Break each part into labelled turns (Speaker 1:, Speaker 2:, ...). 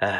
Speaker 1: 啊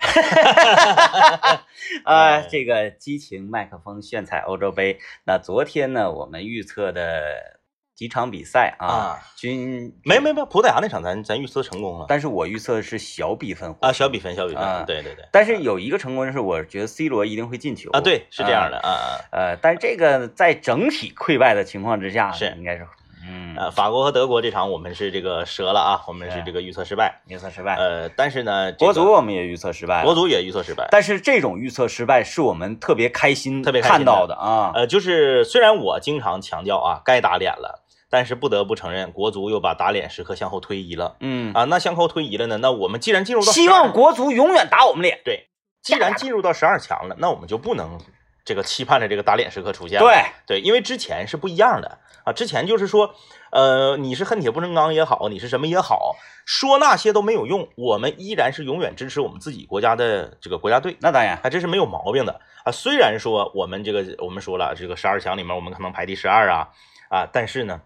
Speaker 2: 哎，
Speaker 1: 这个激情麦克风炫彩欧洲杯，那昨天呢，我们预测的几场比赛啊，
Speaker 2: 啊，
Speaker 1: 均
Speaker 2: 没没没，葡萄牙那场咱咱预测成功了
Speaker 1: 但是我预测的是小比分获
Speaker 2: 啊，
Speaker 1: 胜
Speaker 2: 小比分小比
Speaker 1: 啊
Speaker 2: 分，对对对，
Speaker 1: 但是有一个成功就是，我觉得 C 罗一定会进球
Speaker 2: 啊对是这样的。啊
Speaker 1: 呃，但是这个在整体溃败的情况之下，
Speaker 2: 是
Speaker 1: 应该是，嗯，
Speaker 2: 啊，法国和德国这场我们是这个折了啊，我们是
Speaker 1: 对
Speaker 2: 这个预测失败，
Speaker 1: 预测失败。
Speaker 2: 呃，但是呢，这
Speaker 1: 哎国
Speaker 2: 个
Speaker 1: 足哎我们也预测失败了，
Speaker 2: 国足也预测失败，
Speaker 1: 但是这种预测失败是我们特别开心、
Speaker 2: 特别开心
Speaker 1: 看到的啊。
Speaker 2: 呃，就是虽然我经常强调啊，该打脸了，但是不得不承认，国足又把打脸时刻向后推移了
Speaker 1: 嗯，
Speaker 2: 啊。那向后推移了呢？那我们既然进入到
Speaker 1: 希
Speaker 2: 12
Speaker 1: 望国足永远打我们脸。
Speaker 2: 对，既然进入到十二强了，那我们就不能这个期盼着这个打脸时刻出现了。
Speaker 1: 对，
Speaker 2: 对，因为之前是不一样的啊，之前就是说，呃，你是恨铁不成钢也好，你是什么也好，说那些都没有用，我们依然是永远支持我们自己国家的这个国家队。
Speaker 1: 那当然，
Speaker 2: 啊，这是没有毛病的啊。虽然说我们这个我们说了，这个十二强里面我们可能排第十二啊啊，但是呢，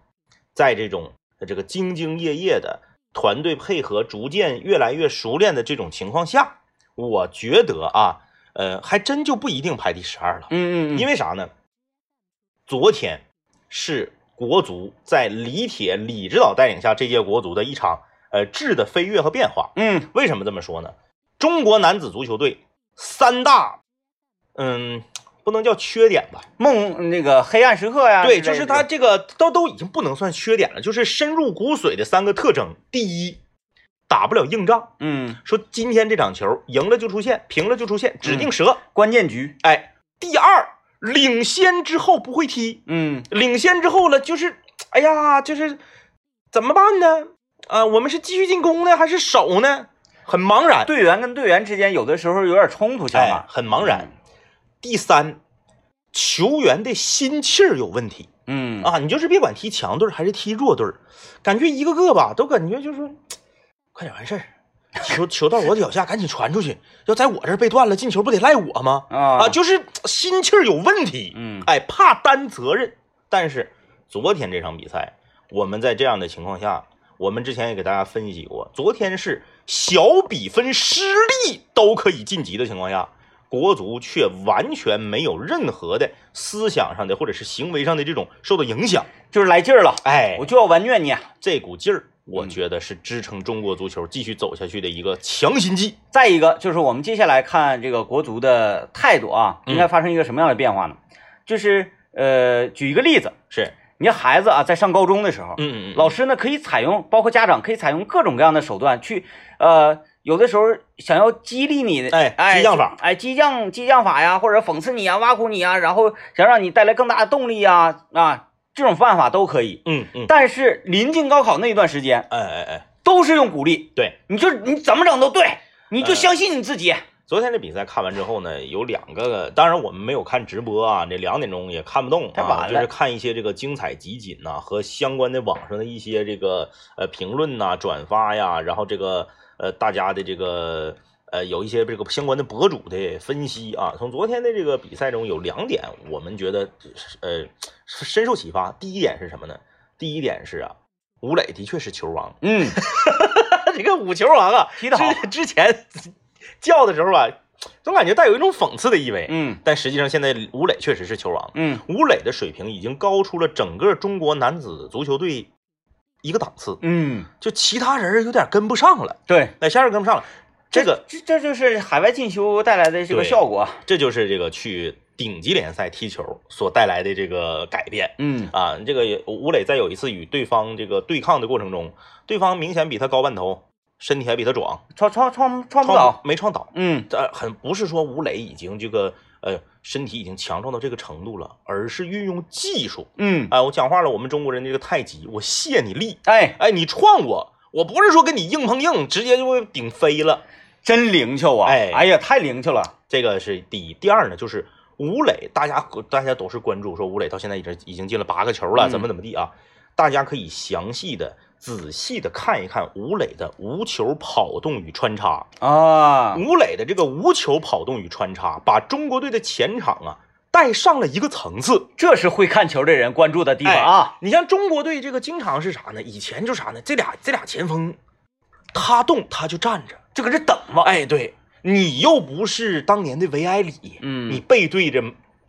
Speaker 2: 在这种这个兢兢业业的团队配合逐渐越来越熟练的这种情况下，我觉得啊，呃，还真就不一定排第十二了，
Speaker 1: 嗯嗯嗯，
Speaker 2: 因
Speaker 1: 为
Speaker 2: 为啥呢？昨天是国足在李铁李指导带领下这届国足的一场呃质的飞跃和变化，
Speaker 1: 嗯
Speaker 2: 为什么这么说呢？中国男子足球队三大，嗯，不能叫缺点吧？
Speaker 1: 梦那个黑暗时刻呀，
Speaker 2: 对，
Speaker 1: 之
Speaker 2: 就
Speaker 1: 类
Speaker 2: 是
Speaker 1: 的
Speaker 2: 他这个都都已经不能算缺点了，就是深入骨髓的三个特征。第一，打不了硬仗，
Speaker 1: 嗯
Speaker 2: 说今天这场球赢了就出线，平了就出线，
Speaker 1: 嗯
Speaker 2: 指定折。
Speaker 1: 关键局，
Speaker 2: 哎，第二，领先之后不会踢，
Speaker 1: 嗯
Speaker 2: 领先之后了，就是，哎呀，就是怎么办呢？啊、我们是继续进攻呢，还是守呢？很茫然。
Speaker 1: 队员跟队员之间有的时候有点冲突想
Speaker 2: 哎
Speaker 1: 法，
Speaker 2: 很茫然。第三，球员的心气儿有问题
Speaker 1: 嗯
Speaker 2: 啊！你就是别管踢强队儿还是踢弱队儿，感觉一个个吧都感觉就是说，快点完事儿，球球到我脚下，赶紧传出去，要在我这儿被断了，进球不得赖我吗？
Speaker 1: 啊
Speaker 2: 啊，就是心气儿有问题，
Speaker 1: 嗯
Speaker 2: 哎，怕担责任。但是昨天这场比赛，我们在这样的情况下，我们之前也给大家分析过，昨天是小比分失利都可以晋级的情况下，国足却完全没有任何的思想上的或者是行为上的这种受到影响。
Speaker 1: 就是来劲儿了，
Speaker 2: 哎
Speaker 1: 我，就要完虐你啊，
Speaker 2: 这股劲儿，我觉得是支撑中国足球继续走下去的一个强心剂。
Speaker 1: 再一个就是我们接下来看这个国足的态度啊，
Speaker 2: 嗯
Speaker 1: 应该发生一个什么样的变化呢？就是呃，举一个例子，
Speaker 2: 是，
Speaker 1: 你孩子啊在上高中的时候，
Speaker 2: 嗯嗯，嗯
Speaker 1: 老师呢可以采用，包括家长可以采用各种各样的手段去，呃，有的时候想要激励你，
Speaker 2: 哎
Speaker 1: 哎，
Speaker 2: 激将法，
Speaker 1: 哎，激将激将法呀，或者讽刺你呀，挖苦你呀，然后想让你带来更大的动力呀，啊，这种办法都可以。
Speaker 2: 嗯嗯，
Speaker 1: 但是临近高考那一段时间，
Speaker 2: 哎哎哎，
Speaker 1: 都是用鼓励，
Speaker 2: 对。
Speaker 1: 你就你怎么整都对，你就
Speaker 2: 呃
Speaker 1: 相信你自己。
Speaker 2: 昨天这比赛看完之后呢，有两个，当然我们没有看直播啊，这两点钟也看不动、啊，
Speaker 1: 太晚了
Speaker 2: 就是看一些这个精彩集锦呐、和相关的网上的一些这个呃评论呐、转发呀，然后这个呃大家的这个呃有一些这个相关的博主的分析啊。从昨天的这个比赛中有两点，我们觉得呃深受启发。第一点是什么呢？第一点是啊，吴磊的确是球王，
Speaker 1: 嗯，
Speaker 2: 这个五球王啊，
Speaker 1: 踢得好
Speaker 2: 之之前叫的时候吧，总感觉带有一种讽刺的意味。
Speaker 1: 嗯
Speaker 2: 但实际上，现在吴磊确实是球王。
Speaker 1: 嗯，
Speaker 2: 吴磊的水平已经高出了整个中国男子足球队一个档次，
Speaker 1: 嗯，
Speaker 2: 就其他人有点跟不上了，
Speaker 1: 对，
Speaker 2: 那下人跟不上了。这个，
Speaker 1: 这这就是海外进修带来的这个
Speaker 2: 对
Speaker 1: 效果。
Speaker 2: 这就是这个去顶级联赛踢球所带来的这个改变。
Speaker 1: 嗯
Speaker 2: 啊，这个吴磊在有一次与对方这个对抗的过程中，对方明显比他高半头，身体还比他壮，
Speaker 1: 创创创创不
Speaker 2: 撞
Speaker 1: 倒。
Speaker 2: 没撞倒，
Speaker 1: 嗯
Speaker 2: 这很不是说吴磊已经这个呃身体已经强壮到这个程度了，而是运用技术。
Speaker 1: 嗯，
Speaker 2: 哎、我讲话了，我们中国人这个太极，我卸你力，
Speaker 1: 哎，
Speaker 2: 哎，你撞我，我不是说跟你硬碰硬，直接就会顶飞了。
Speaker 1: 真灵巧啊！
Speaker 2: 哎
Speaker 1: 呀，太灵巧了。
Speaker 2: 这个是第一，第二呢，就是吴磊，大家大家都是关注说吴磊到现在已经已经进了八个球了，
Speaker 1: 嗯
Speaker 2: 怎么怎么地啊？大家可以详细的、仔细的看一看吴磊的无球跑动与穿插。
Speaker 1: 啊，
Speaker 2: 吴磊的这个无球跑动与穿插，把中国队的前场啊带上了一个层次。
Speaker 1: 这是会看球的人关注的地方
Speaker 2: 哎
Speaker 1: 啊。
Speaker 2: 你像中国队这个经常是啥呢？以前就啥呢？这俩这俩前锋，他动他就站着，
Speaker 1: 就搁这等吧。
Speaker 2: 哎，对你又不是当年的维埃里，
Speaker 1: 嗯
Speaker 2: 你背对着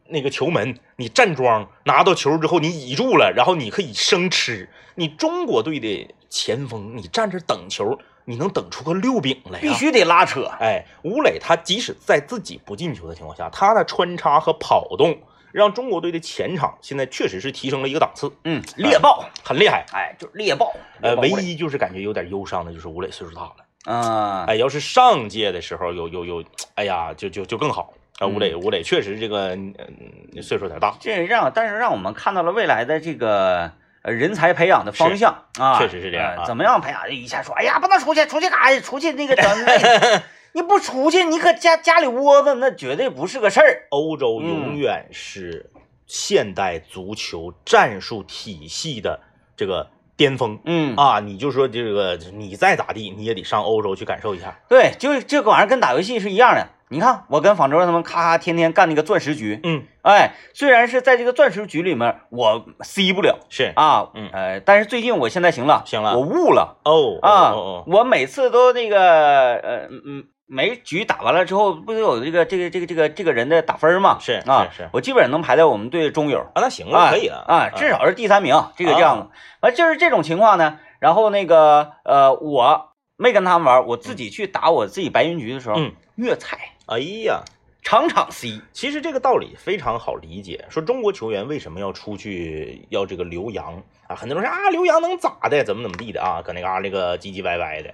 Speaker 2: 那个球门，你站桩拿到球之后，你倚住了，然后你可以生吃。你中国队的前锋，你站这等球，你能等出个六饼来、呀？啊
Speaker 1: 必须得拉扯。
Speaker 2: 哎，吴磊他即使在自己不进球的情况下，他的穿插和跑动，让中国队的前场现在确实是提升了一个档次，
Speaker 1: 嗯，猎豹，
Speaker 2: 很厉害。
Speaker 1: 哎，就是猎豹。
Speaker 2: 哎呃，唯
Speaker 1: 猎豹
Speaker 2: 一就是感觉有点忧伤的就是吴磊岁数大了。
Speaker 1: 啊，
Speaker 2: 哎，要是上届的时候有有有，哎呀，就就就更好。啊，吴磊，吴磊确实这个嗯岁数有点大，
Speaker 1: 这让但是让我们看到了未来的这个呃人才培养的方向啊，
Speaker 2: 确实是这样啊
Speaker 1: 呃怎么样培养？一下说，哎呀，不能出去，出去干啥呀？出去那个整， 哎你不出去，你搁家家里窝着，那绝对不是个事儿。
Speaker 2: 欧洲永远是现代足球战术体系的这个巅峰。
Speaker 1: 嗯，
Speaker 2: 啊，你就说这个，你再咋地，你也得上欧洲去感受一下。
Speaker 1: 对，就这个玩意儿跟打游戏是一样的。你看，我跟方舟他们咔咔天天干那个钻石局，
Speaker 2: 嗯，
Speaker 1: 哎，虽然是在这个钻石局里面我 C 不了
Speaker 2: 是
Speaker 1: 啊，
Speaker 2: 嗯
Speaker 1: 呃，但是最近我现在行了，
Speaker 2: 行了
Speaker 1: 我悟了。
Speaker 2: 哦
Speaker 1: 啊，
Speaker 2: 哦哦，
Speaker 1: 我每次都那个呃嗯嗯，每局打完了之后，不都有这个这个这个这个这个人的打分吗？
Speaker 2: 是
Speaker 1: 啊，
Speaker 2: 是是
Speaker 1: 我基本上能排在我们队中游，
Speaker 2: 啊，那行了，
Speaker 1: 啊
Speaker 2: 可以了
Speaker 1: 啊，至少是第三名，这个
Speaker 2: 啊
Speaker 1: 这样子。完、就是这种情况呢，然后那个呃，我没跟他们玩，我自己去打我自己白云局的时候，
Speaker 2: 嗯，
Speaker 1: 虐菜
Speaker 2: 哎呀，
Speaker 1: 场场 C，
Speaker 2: 其实这个道理非常好理解。说中国球员为什么要出去要这个留洋啊？很多人说啊，留洋能咋的？怎么怎么地的啊？搁那嘎、那个唧唧歪歪的。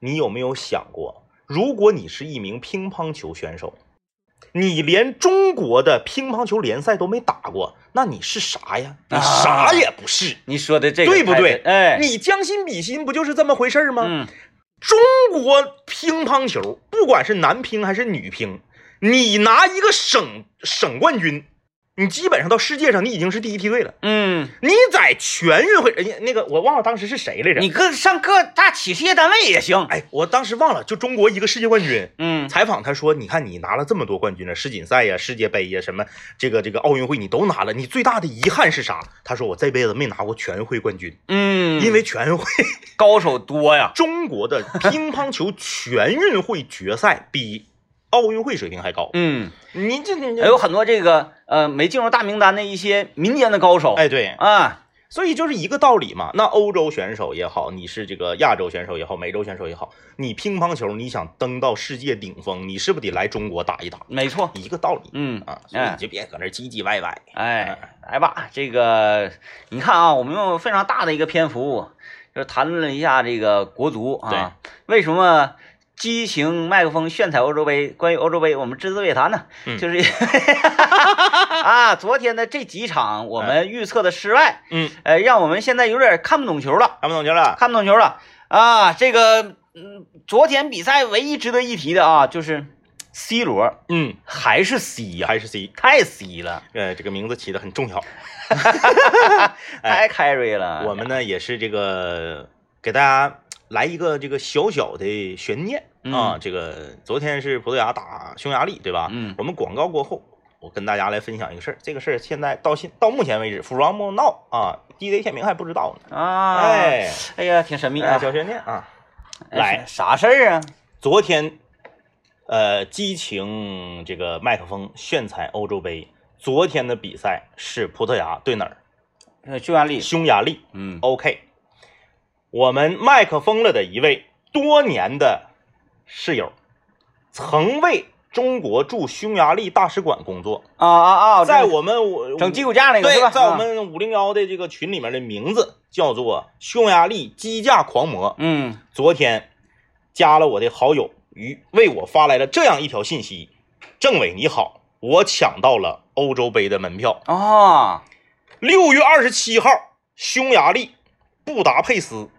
Speaker 2: 你有没有想过，如果你是一名乒乓球选手，你连中国的乒乓球联赛都没打过，那你是啥呀？
Speaker 1: 啊
Speaker 2: 你啥也不是。
Speaker 1: 你说的这个
Speaker 2: 对不
Speaker 1: 太
Speaker 2: 对
Speaker 1: 哎，
Speaker 2: 你将心比心，不就是这么回事儿吗？
Speaker 1: 嗯，
Speaker 2: 中国乒乓球，不管是男乒还是女乒，你拿一个省省冠军，你基本上到世界上你已经是第一梯队了。
Speaker 1: 嗯，
Speaker 2: 你在全运会，人家那个我忘了当时是谁来着，
Speaker 1: 你各上各大企事业单位也行，
Speaker 2: 哎，我当时忘了，就中国一个世界冠军。
Speaker 1: 嗯
Speaker 2: 采访他说：“你看你拿了这么多冠军了，世锦赛呀、世界杯呀、什么这个这个奥运会你都拿了，你最大的遗憾是啥？”他说：“我这辈子没拿过全运会冠军，
Speaker 1: 嗯，
Speaker 2: 因为全运会
Speaker 1: 高手多呀，
Speaker 2: 中国的乒乓球全运会决赛比奥运会水平还高。
Speaker 1: 嗯。
Speaker 2: 你这你
Speaker 1: 也有很多这个呃没进入大名单的一些民间的高手，
Speaker 2: 哎对，
Speaker 1: 啊，
Speaker 2: 所以就是一个道理嘛。那欧洲选手也好，你是这个亚洲选手也好，美洲选手也好，你乒乓球你想登到世界顶峰，你是不是得来中国打一打？
Speaker 1: 没错，
Speaker 2: 一个道理
Speaker 1: 嗯，
Speaker 2: 啊，所以你就别搁那儿唧唧歪歪。
Speaker 1: 哎，来吧，这个你看啊，我们用非常大的一个篇幅，就是谈论了一下这个国足啊，为什么激情麦克风炫彩欧洲杯？关于欧洲杯，我们只字未谈呢，
Speaker 2: 嗯
Speaker 1: 就是 啊，昨天的这几场
Speaker 2: 哎
Speaker 1: 我们预测的失败，
Speaker 2: 嗯，
Speaker 1: 呃，让我们现在有点看不懂球了。
Speaker 2: 看不懂球了，
Speaker 1: 看不懂球了啊！这个，嗯，昨天比赛唯一值得一提的啊，就是 C 罗
Speaker 2: 嗯，
Speaker 1: 还是 C 呀、
Speaker 2: 还是 C，
Speaker 1: 太 C 了，
Speaker 2: 呃，这个名字起的很重要。
Speaker 1: 太 carry 了。
Speaker 2: 哎我们呢也是这个给大家来一个这个小小的悬念啊，
Speaker 1: 嗯
Speaker 2: 这个昨天是葡萄牙打匈牙利，对吧？
Speaker 1: 嗯
Speaker 2: 我们广告过后，我跟大家来分享一个事儿，这个事儿现在到现到目前为止，服装莫闹啊，DJ 天明还不知道呢。
Speaker 1: 啊，哎，
Speaker 2: 哎，
Speaker 1: 呀，挺神秘啊
Speaker 2: 哎，小悬念啊，
Speaker 1: 哎
Speaker 2: 来
Speaker 1: 啥事儿啊？
Speaker 2: 昨天，呃，激情这个麦克风炫彩欧洲杯，昨天的比赛是葡萄牙对哪儿？
Speaker 1: 呃匈牙利，
Speaker 2: 匈牙利。
Speaker 1: 嗯
Speaker 2: OK，我们麦克风了的一位多年的室友，曾为中国驻匈牙利大使馆工作，
Speaker 1: 啊啊啊，
Speaker 2: 在
Speaker 1: 这个
Speaker 2: 我们我
Speaker 1: 整鸡骨架那个是吧？
Speaker 2: 对，在我
Speaker 1: 啊
Speaker 2: 们五零幺的这个群里面的名字叫做匈牙利鸡架狂魔。
Speaker 1: 嗯
Speaker 2: 昨天加了我的好友，于为我发来了这样一条信息：政委你好，我抢到了欧洲杯的门票。
Speaker 1: 哦，
Speaker 2: 六月二十七号，匈牙利布达佩斯，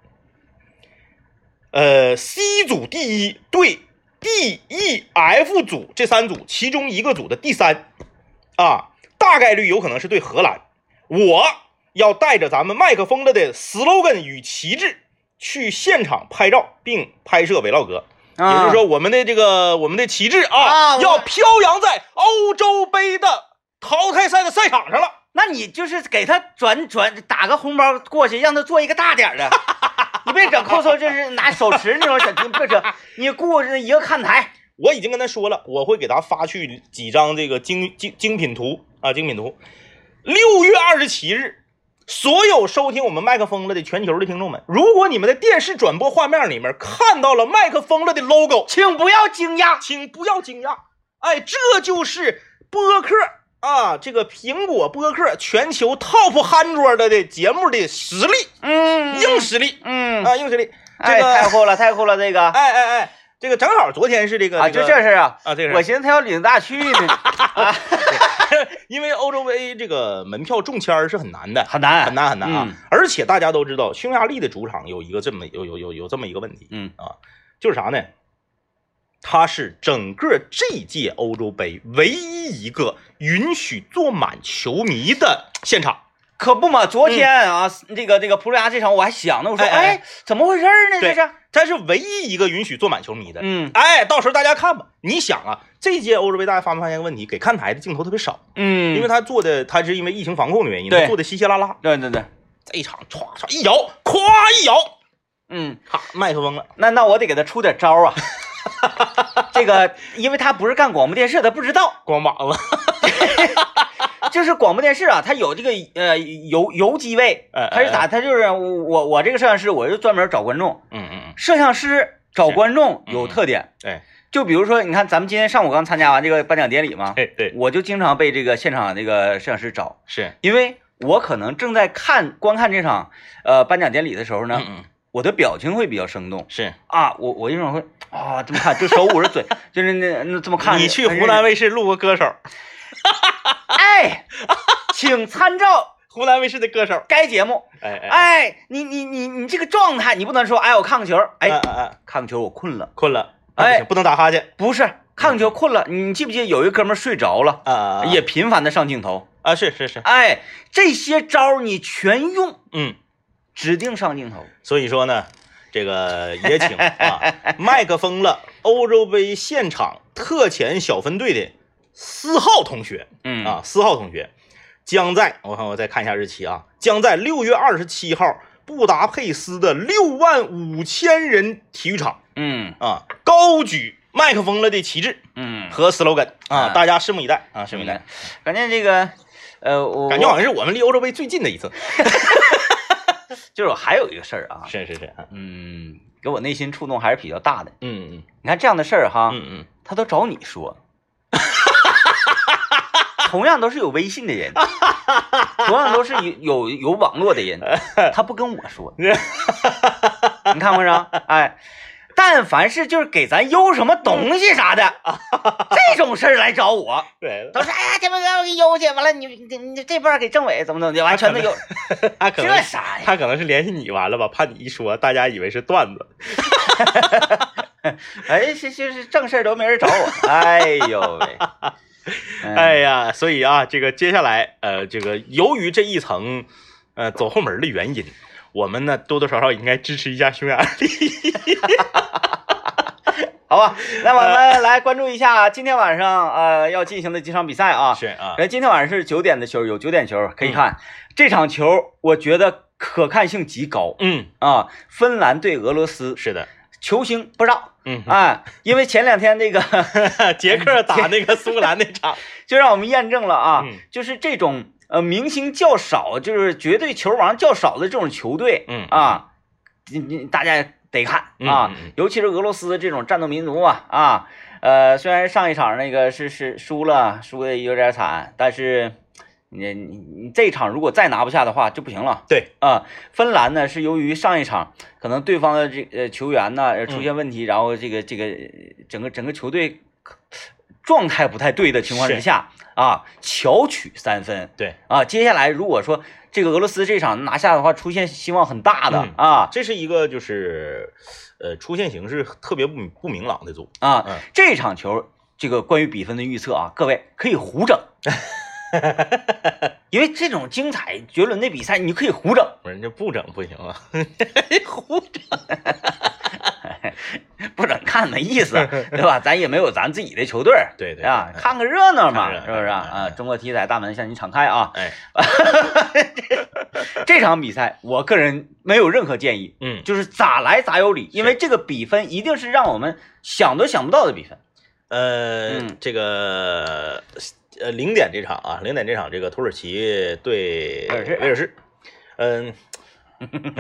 Speaker 2: 呃，C 组第一对 D、E、F 组这三组其中一个组的第三，啊，大概率有可能是对荷兰。我要带着咱们麦克风了的 slogan 与旗帜去现场拍照并拍摄 vlog。
Speaker 1: 啊
Speaker 2: 也就是说，我们的这个我们的旗帜啊，
Speaker 1: 啊我
Speaker 2: 要飘扬在欧洲杯的淘汰赛的赛场上了。
Speaker 1: 那你就是给他转转打个红包过去，让他做一个大点儿的，你别整抠搜，就是拿手持那种小金，别整，你雇着一个看台，
Speaker 2: 我已经跟他说了，我会给他发去几张这个精精精品图啊，精品图。六月二十七日，所有收听我们麦克风了的全球的听众们，如果你们在电视转播画面里面看到了麦克风了的 logo，
Speaker 1: 请不要惊讶。
Speaker 2: 请不要惊讶，哎，这就是播客啊，这个苹果播客全球 top hundred 的节目的实力，
Speaker 1: 嗯，
Speaker 2: 硬实力
Speaker 1: 嗯，
Speaker 2: 啊，硬实力。
Speaker 1: 哎，
Speaker 2: 这个
Speaker 1: 太酷了，太酷了，这个
Speaker 2: 哎哎哎，这个正好昨天是这个
Speaker 1: 啊，就这
Speaker 2: 是
Speaker 1: 事儿啊，
Speaker 2: 啊，这个
Speaker 1: 我寻思他要领大去呢，
Speaker 2: 因为欧洲杯这个门票中签儿是 很难的，
Speaker 1: 很难
Speaker 2: 很难很难啊！
Speaker 1: 嗯
Speaker 2: 而且大家都知道，匈牙利的主场有一个这么有有有有这么一个问题，
Speaker 1: 嗯
Speaker 2: 啊，就是啥呢？它是整个这届欧洲杯唯一一个允许坐满球迷的现场。
Speaker 1: 可不嘛，昨天啊，这个这个葡萄牙这场我还想呢，我说
Speaker 2: 嗯哎哎
Speaker 1: 哎，怎么回事儿呢？
Speaker 2: 对
Speaker 1: 这是，
Speaker 2: 它是唯一一个允许坐满球迷的。
Speaker 1: 嗯
Speaker 2: 哎，到时候大家看吧。你想啊，这届欧洲杯大家发没发现个问题？给看台的镜头特别少，
Speaker 1: 嗯，
Speaker 2: 因为他做的，他是因为疫情防控的原因，
Speaker 1: 对
Speaker 2: 他做的稀稀拉拉。
Speaker 1: 对对对，
Speaker 2: 这一场歘歘一摇，咵一摇，
Speaker 1: 嗯，
Speaker 2: 咔麦克风了。
Speaker 1: 那那我得给他出点招儿啊。 这个，因为他不是干广播电视，他不知道，
Speaker 2: 光膀子，
Speaker 1: 就是广播电视啊，他有这个呃游游击位
Speaker 2: 哎哎，
Speaker 1: 他是咋？他就是我我这个摄像师，我就专门找观众，
Speaker 2: 嗯嗯嗯，
Speaker 1: 摄像师找观众
Speaker 2: 嗯
Speaker 1: 有特点，
Speaker 2: 哎
Speaker 1: 就比如说，你看咱们今天上午刚参加完这个颁奖典礼嘛，
Speaker 2: 哎对，
Speaker 1: 我就经常被这个现场这个摄像师找，
Speaker 2: 是，
Speaker 1: 因为我可能正在看观看这场呃颁奖典礼的时候呢，
Speaker 2: 嗯
Speaker 1: 我的表情会比较生动
Speaker 2: 是。
Speaker 1: 啊，我我一会儿会啊这么看，就手捂 着嘴，就是那那这么看。
Speaker 2: 你去湖南
Speaker 1: 卫
Speaker 2: 卫视录过歌手，
Speaker 1: 哎，请参照
Speaker 2: 湖南卫视的歌手，
Speaker 1: 该节目。
Speaker 2: 哎哎
Speaker 1: 哎，你你你你这个状态，你不能说哎我看个球，哎
Speaker 2: 哎哎哎，
Speaker 1: 看个球我困了，
Speaker 2: 困了，啊不行
Speaker 1: 哎
Speaker 2: 不能打哈欠
Speaker 1: 不是看个球困了，你记不记得有一哥们儿睡着了，
Speaker 2: 啊啊，啊
Speaker 1: 也频繁的上镜头。
Speaker 2: 啊是是是，
Speaker 1: 哎，这些招儿你全用，
Speaker 2: 嗯，
Speaker 1: 指定上镜头。
Speaker 2: 所以说呢，这个也请啊，麦克风了欧洲杯现场特遣小分队的四号同学，
Speaker 1: 嗯
Speaker 2: 啊，四号同学将在我看我再看一下日期啊，将在六月二十七号布达佩斯的六万五千人体育场
Speaker 1: 嗯
Speaker 2: 啊，高举麦克风了的旗帜
Speaker 1: 嗯，
Speaker 2: 和 slogan 啊，
Speaker 1: 嗯
Speaker 2: 大家拭目以待啊，拭目以待。
Speaker 1: 反正这个，呃，我
Speaker 2: 感觉好
Speaker 1: 我
Speaker 2: 像是我们离欧洲杯最近的一次，
Speaker 1: 就是我还有一个事儿啊，
Speaker 2: 是是是，啊
Speaker 1: 嗯，给我内心触动还是比较大的。
Speaker 2: 嗯
Speaker 1: 你看这样的事儿哈，
Speaker 2: 嗯嗯
Speaker 1: 他都找你说， 同样都是有微信的 人，同样都是有有有网络的人，他不跟我 说，
Speaker 2: 嗯，
Speaker 1: 你看不上？哎，但凡是就是给咱邮什么东西啥 的，这种事儿来找我。
Speaker 2: 对，
Speaker 1: 都说哎呀，前面哥我给邮去，完了你你你这半儿给政委怎么怎么的，完全都邮，
Speaker 2: 他可能
Speaker 1: 这啥呀？
Speaker 2: 他可能是联系你完了吧，怕你一说大家以为是段子，
Speaker 1: 哎，是就是正事儿都没人找我， 哎呦 喂，
Speaker 2: 哎呀，所以啊，这个接下来，呃，这个由于这一层，呃，走后门的原因，我们呢多多少少应该支持一下匈牙利。
Speaker 1: 好吧，那我
Speaker 2: 呃
Speaker 1: 们来关注一下今天晚上呃要进行的几场比赛啊。
Speaker 2: 是嗯啊，
Speaker 1: 人今天晚上是九点的球，有九点球可以看、这场球，我觉得可看性极高
Speaker 2: 嗯，
Speaker 1: 啊。芬兰对俄罗斯，
Speaker 2: 是的，
Speaker 1: 球星不知道
Speaker 2: 嗯，
Speaker 1: 啊，因为前两天那个
Speaker 2: 捷克打那个苏格兰那场，
Speaker 1: 就让我们验证了啊，
Speaker 2: 嗯
Speaker 1: 就是这种呃明星较少，就是绝对球王较少的这种球队，
Speaker 2: 嗯
Speaker 1: 啊，你你大家得看啊，
Speaker 2: 嗯嗯嗯
Speaker 1: 尤其是俄罗斯这种战斗民族啊啊，呃，虽然上一场那个是是输了，输的有点惨，但是你你你这场如果再拿不下的话就不行了。
Speaker 2: 对
Speaker 1: 啊，芬兰呢是由于上一场可能对方的这呃球员呢呃出现问
Speaker 2: 嗯
Speaker 1: 题，然后这个这个呃整个整个球队状态不太对的情况之
Speaker 2: 是
Speaker 1: 下啊，巧取三分
Speaker 2: 对，
Speaker 1: 啊。接下来如果说这个俄罗斯这场拿下的话，出现希望很大的、
Speaker 2: 嗯
Speaker 1: 啊
Speaker 2: 这是一个就是，呃，出现形势特别不明不明朗的组。
Speaker 1: 啊、
Speaker 2: 嗯
Speaker 1: 这场球这个关于比分的预测啊，各位可以胡 整。因为这种精彩绝伦的比赛，你可以胡整，
Speaker 2: 不是，这不整不行啊，
Speaker 1: 不整看没意思， 对吧？咱也没有咱自己的球队儿，
Speaker 2: 对对
Speaker 1: 啊，
Speaker 2: 嗯
Speaker 1: 看个热闹嘛，
Speaker 2: 看热闹
Speaker 1: 是不是啊？
Speaker 2: 嗯
Speaker 1: 啊
Speaker 2: 嗯
Speaker 1: 中国体彩大门向你敞开啊！
Speaker 2: 哎，
Speaker 1: 这场比赛，我个人没有任何建议，
Speaker 2: 嗯，
Speaker 1: 就是咋来咋有理，因为这个比分一定是让我们想都想不到的比 分。
Speaker 2: 呃，
Speaker 1: 嗯
Speaker 2: 这个呃零点这场啊，零点这场这个土耳其对
Speaker 1: 威尔士
Speaker 2: 威尔士，嗯，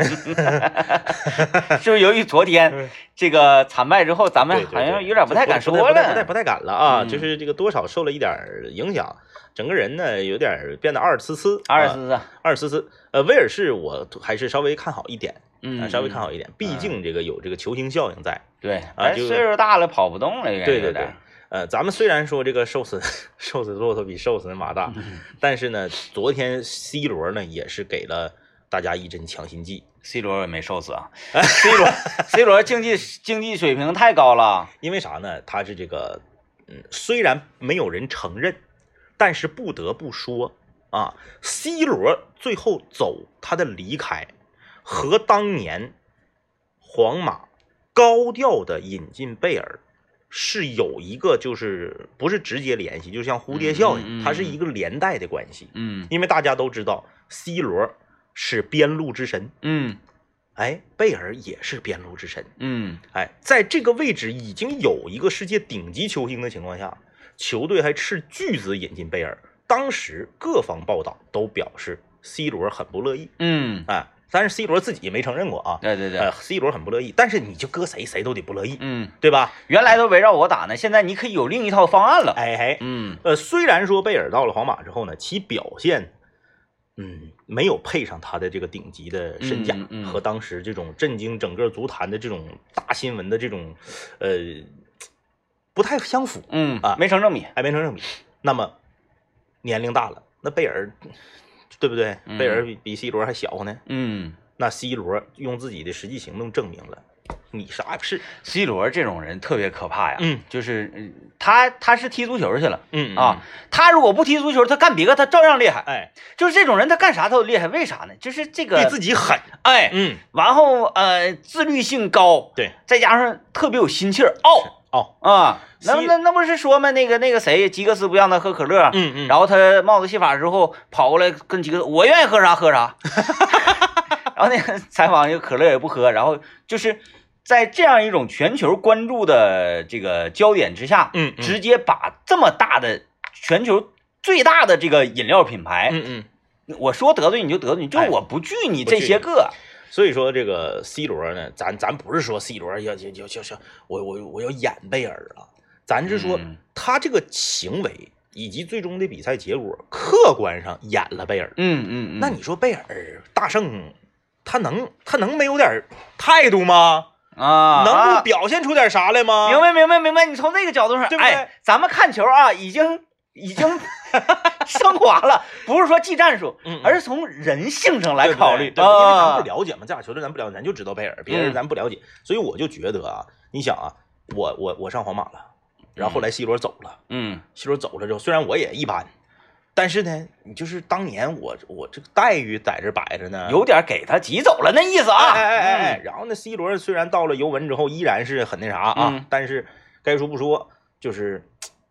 Speaker 1: 是不是由于昨天这个惨败之后，咱
Speaker 2: 嗯对
Speaker 1: 们
Speaker 2: 对
Speaker 1: 好像
Speaker 2: 对
Speaker 1: 有点不太敢说了？
Speaker 2: 不太不太不太敢了啊，
Speaker 1: 嗯
Speaker 2: 就是这个多少受了一点儿影响，整个人呢有点儿变得二呲呲，
Speaker 1: 二十
Speaker 2: 啊
Speaker 1: 四啊，
Speaker 2: 二呲呲。呃，威尔士我还是稍微看好一点，啊
Speaker 1: 嗯，
Speaker 2: 稍微看好一点，毕竟这个有这个球星效应在。
Speaker 1: 对，
Speaker 2: 啊
Speaker 1: 咱
Speaker 2: 就
Speaker 1: 岁数大了，跑不动了，有点
Speaker 2: 对对
Speaker 1: 有
Speaker 2: 对
Speaker 1: 点，
Speaker 2: 呃，咱们虽然说这个瘦死瘦死骆驼比瘦死马大，
Speaker 1: 嗯
Speaker 2: 但是呢，昨天 C 罗呢也是给了大家一针强心剂，
Speaker 1: C 罗也没瘦死 啊，C 罗 C 罗竞技竞技水平太高了，
Speaker 2: 因为啥呢？他是这个，嗯，虽然没有人承认，但是不得不说啊，C 罗最后走他的离开，和当年皇马高调的引进贝尔。是有一个，就是不是直接联系，就像蝴蝶效
Speaker 1: 嗯嗯
Speaker 2: 应，
Speaker 1: 嗯
Speaker 2: 它是一个连带的关系。
Speaker 1: 嗯
Speaker 2: 因为大家都知道 C 罗是边路之神，
Speaker 1: 嗯
Speaker 2: 哎，贝尔也是边路之神，
Speaker 1: 嗯，
Speaker 2: 哎，在这个位置已经有一个世界顶级球星的情况下，球队还斥巨资引进贝尔，当时各方报道都表示 C 罗很不乐意，
Speaker 1: 嗯，
Speaker 2: 哎，但是 C 罗自己也没承认过啊，
Speaker 1: 对对对
Speaker 2: 呃，，C 罗很不乐意，但是你就搁谁谁都得不乐意，
Speaker 1: 嗯，
Speaker 2: 对吧？
Speaker 1: 原来都围绕我打呢，现在你可以有另一套方案了，
Speaker 2: 哎哎，
Speaker 1: 嗯
Speaker 2: 呃，虽然说贝尔到了皇马之后呢，其表现，嗯，没有配上他的这个顶级的身价、
Speaker 1: 嗯嗯
Speaker 2: 和当时这种震惊整个足坛的这种大新闻的这种，呃，不太相符，
Speaker 1: 嗯
Speaker 2: 啊
Speaker 1: 没成正比，
Speaker 2: 还没成正比。那么年龄大了，那贝尔对不对？
Speaker 1: 嗯
Speaker 2: 贝尔比比 C 罗还小呢，
Speaker 1: 嗯
Speaker 2: 那 C 罗用自己的实际行动证明了你啥也不是。
Speaker 1: ，C 罗这种人特别可怕呀，
Speaker 2: 嗯
Speaker 1: 就是嗯他他是踢足球去了。
Speaker 2: 嗯
Speaker 1: 啊，，他如果不踢足球，他干别的他照样厉害。
Speaker 2: 哎，
Speaker 1: 就是这种人，他干啥他都厉害，为啥呢？就是这
Speaker 2: 对
Speaker 1: 个，
Speaker 2: 自己狠。
Speaker 1: 哎，
Speaker 2: 嗯，
Speaker 1: 然后呃，自律性高，
Speaker 2: 对，
Speaker 1: 再加上特别有心气儿，傲
Speaker 2: 哦，
Speaker 1: 啊。
Speaker 2: 是
Speaker 1: 那那那不是说吗？那个那个谁，吉格斯不让他喝可乐，
Speaker 2: 嗯嗯，
Speaker 1: 然后他帽子戏法之后跑过来跟吉格斯，我愿意喝啥喝 啥。然后那个采访，那个可乐也不喝，然后就是在这样一种全球关注的这个焦点之下，
Speaker 2: 嗯嗯
Speaker 1: 直接把这么大的全球最大的这个饮料品牌，
Speaker 2: 嗯嗯。
Speaker 1: 我说得罪你就得罪你，就
Speaker 2: 哎
Speaker 1: 我不惧你
Speaker 2: 不
Speaker 1: 这
Speaker 2: 惧
Speaker 1: 些
Speaker 2: 你
Speaker 1: 个，
Speaker 2: 所以说这个 C 罗呢，咱咱不是说 C 罗要要要要要我我我要演贝尔啊，咱是说
Speaker 1: 嗯
Speaker 2: 他这个行为以及最终的比赛结果，客观上演了贝尔。
Speaker 1: 嗯嗯嗯，
Speaker 2: 那你说贝尔大胜，他能他能没有点态度吗？
Speaker 1: 啊，
Speaker 2: 能
Speaker 1: 啊
Speaker 2: 不表现出点啥来吗？
Speaker 1: 明白明白明白，你从这个角度上，
Speaker 2: 对不对
Speaker 1: 哎，咱们看球啊，已经 已 经升华了，不是说记战术，
Speaker 2: 嗯嗯
Speaker 1: 而是从人性上来
Speaker 2: 对不对
Speaker 1: 考虑，
Speaker 2: 对不对因为咱
Speaker 1: 啊
Speaker 2: 不了解嘛，这俩球队咱不了解，咱就知道贝尔，别人
Speaker 1: 嗯
Speaker 2: 咱不了解，所以我就觉得啊，你想啊，我我我上皇马了，然后后来 C 罗走了。
Speaker 1: 嗯
Speaker 2: 西罗走了之后，虽然我也一般，但是呢，你就是当年我我这个待遇在这摆着呢，
Speaker 1: 有点给他挤走了那意思
Speaker 2: 嗯哎
Speaker 1: 啊，
Speaker 2: 哎哎哎，然后呢，C 罗虽然到了尤文之后依然是很那啥啊，
Speaker 1: 嗯
Speaker 2: 但是该说不说，就是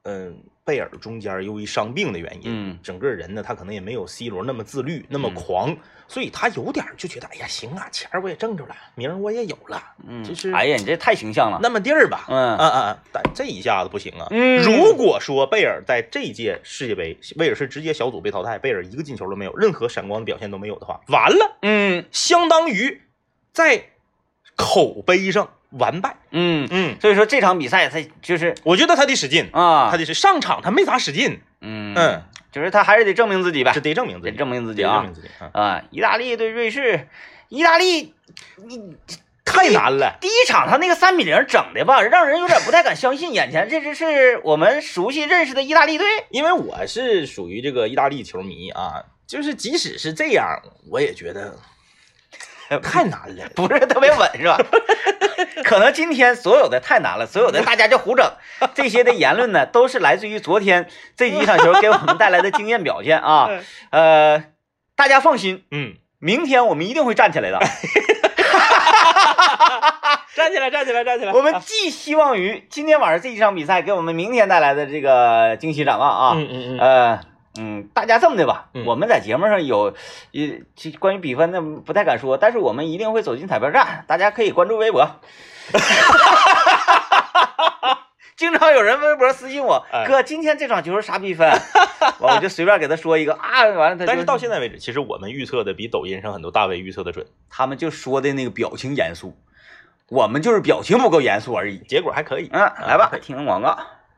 Speaker 2: 嗯、贝尔中间由于伤病的原因，
Speaker 1: 嗯
Speaker 2: 整个人呢他可能也没有 C 罗那么自律那么狂，所以他有点就觉得哎呀行啊，钱儿我也挣着了，名儿我也有了，
Speaker 1: 嗯，
Speaker 2: 就是
Speaker 1: 哎呀，你这太形象了，
Speaker 2: 那么地儿吧，
Speaker 1: 嗯
Speaker 2: 啊啊！但这一下子不行啊。
Speaker 1: 嗯
Speaker 2: 如果说贝尔在这一届世界杯，威尔士直接小组被淘汰，贝尔一个进球都没有，任何闪光的表现都没有的话，完了，
Speaker 1: 嗯
Speaker 2: 相当于在口碑上完败。
Speaker 1: 嗯，
Speaker 2: 嗯，
Speaker 1: 所以说这场比赛他就是
Speaker 2: 我觉得他得使劲，
Speaker 1: 啊，
Speaker 2: 他得是上场他没咋使劲，
Speaker 1: 嗯
Speaker 2: 嗯，哎
Speaker 1: 就是他还是得证明自己呗
Speaker 2: 这，得证明自
Speaker 1: 得
Speaker 2: 己，
Speaker 1: 证明自己
Speaker 2: 得证
Speaker 1: 啊
Speaker 2: 明自己啊，
Speaker 1: 啊，意大利对瑞士，意大利
Speaker 2: 太难了。
Speaker 1: 第一场他那个三比零整的吧，让人有点不太敢相信，眼前这只是我们熟悉认识的意大利队。
Speaker 2: 因为我是属于这个意大利球迷啊，就是即使是这样，我也觉 得太难了。
Speaker 1: 不是特别稳是吧？ 可能今天所有的太难了，所有的大家就胡整，这些的言论呢，都是来自于昨天这几场球给我们带来的经验表现啊。呃，大家放心，
Speaker 2: 嗯，
Speaker 1: 明天我们一定会站起来的。
Speaker 2: 站起来，站起来，站起来！
Speaker 1: 我们寄希望于今天晚上这一场比赛给我们明天带来的这个惊喜展望 啊。
Speaker 2: 嗯嗯嗯，
Speaker 1: 呃，嗯，大家这么的吧，
Speaker 2: 嗯
Speaker 1: 我们在节目上有，呃，这关于比分的嗯不太敢说，但是我们一定会走进彩票站，大家可以关注微 博。经常有人微博私信我，
Speaker 2: 哎
Speaker 1: 哥，今天这场球啥比分？ 完我就随便给他说一个啊，完了他就，
Speaker 2: 但是到现在为止，其实我们预测的比抖音上很多大 V 预测的准，
Speaker 1: 他们就说的那个表情严肃，我们就是表情不够严肃而已。
Speaker 2: 结果还可以。啊
Speaker 1: 嗯，来吧，听广告。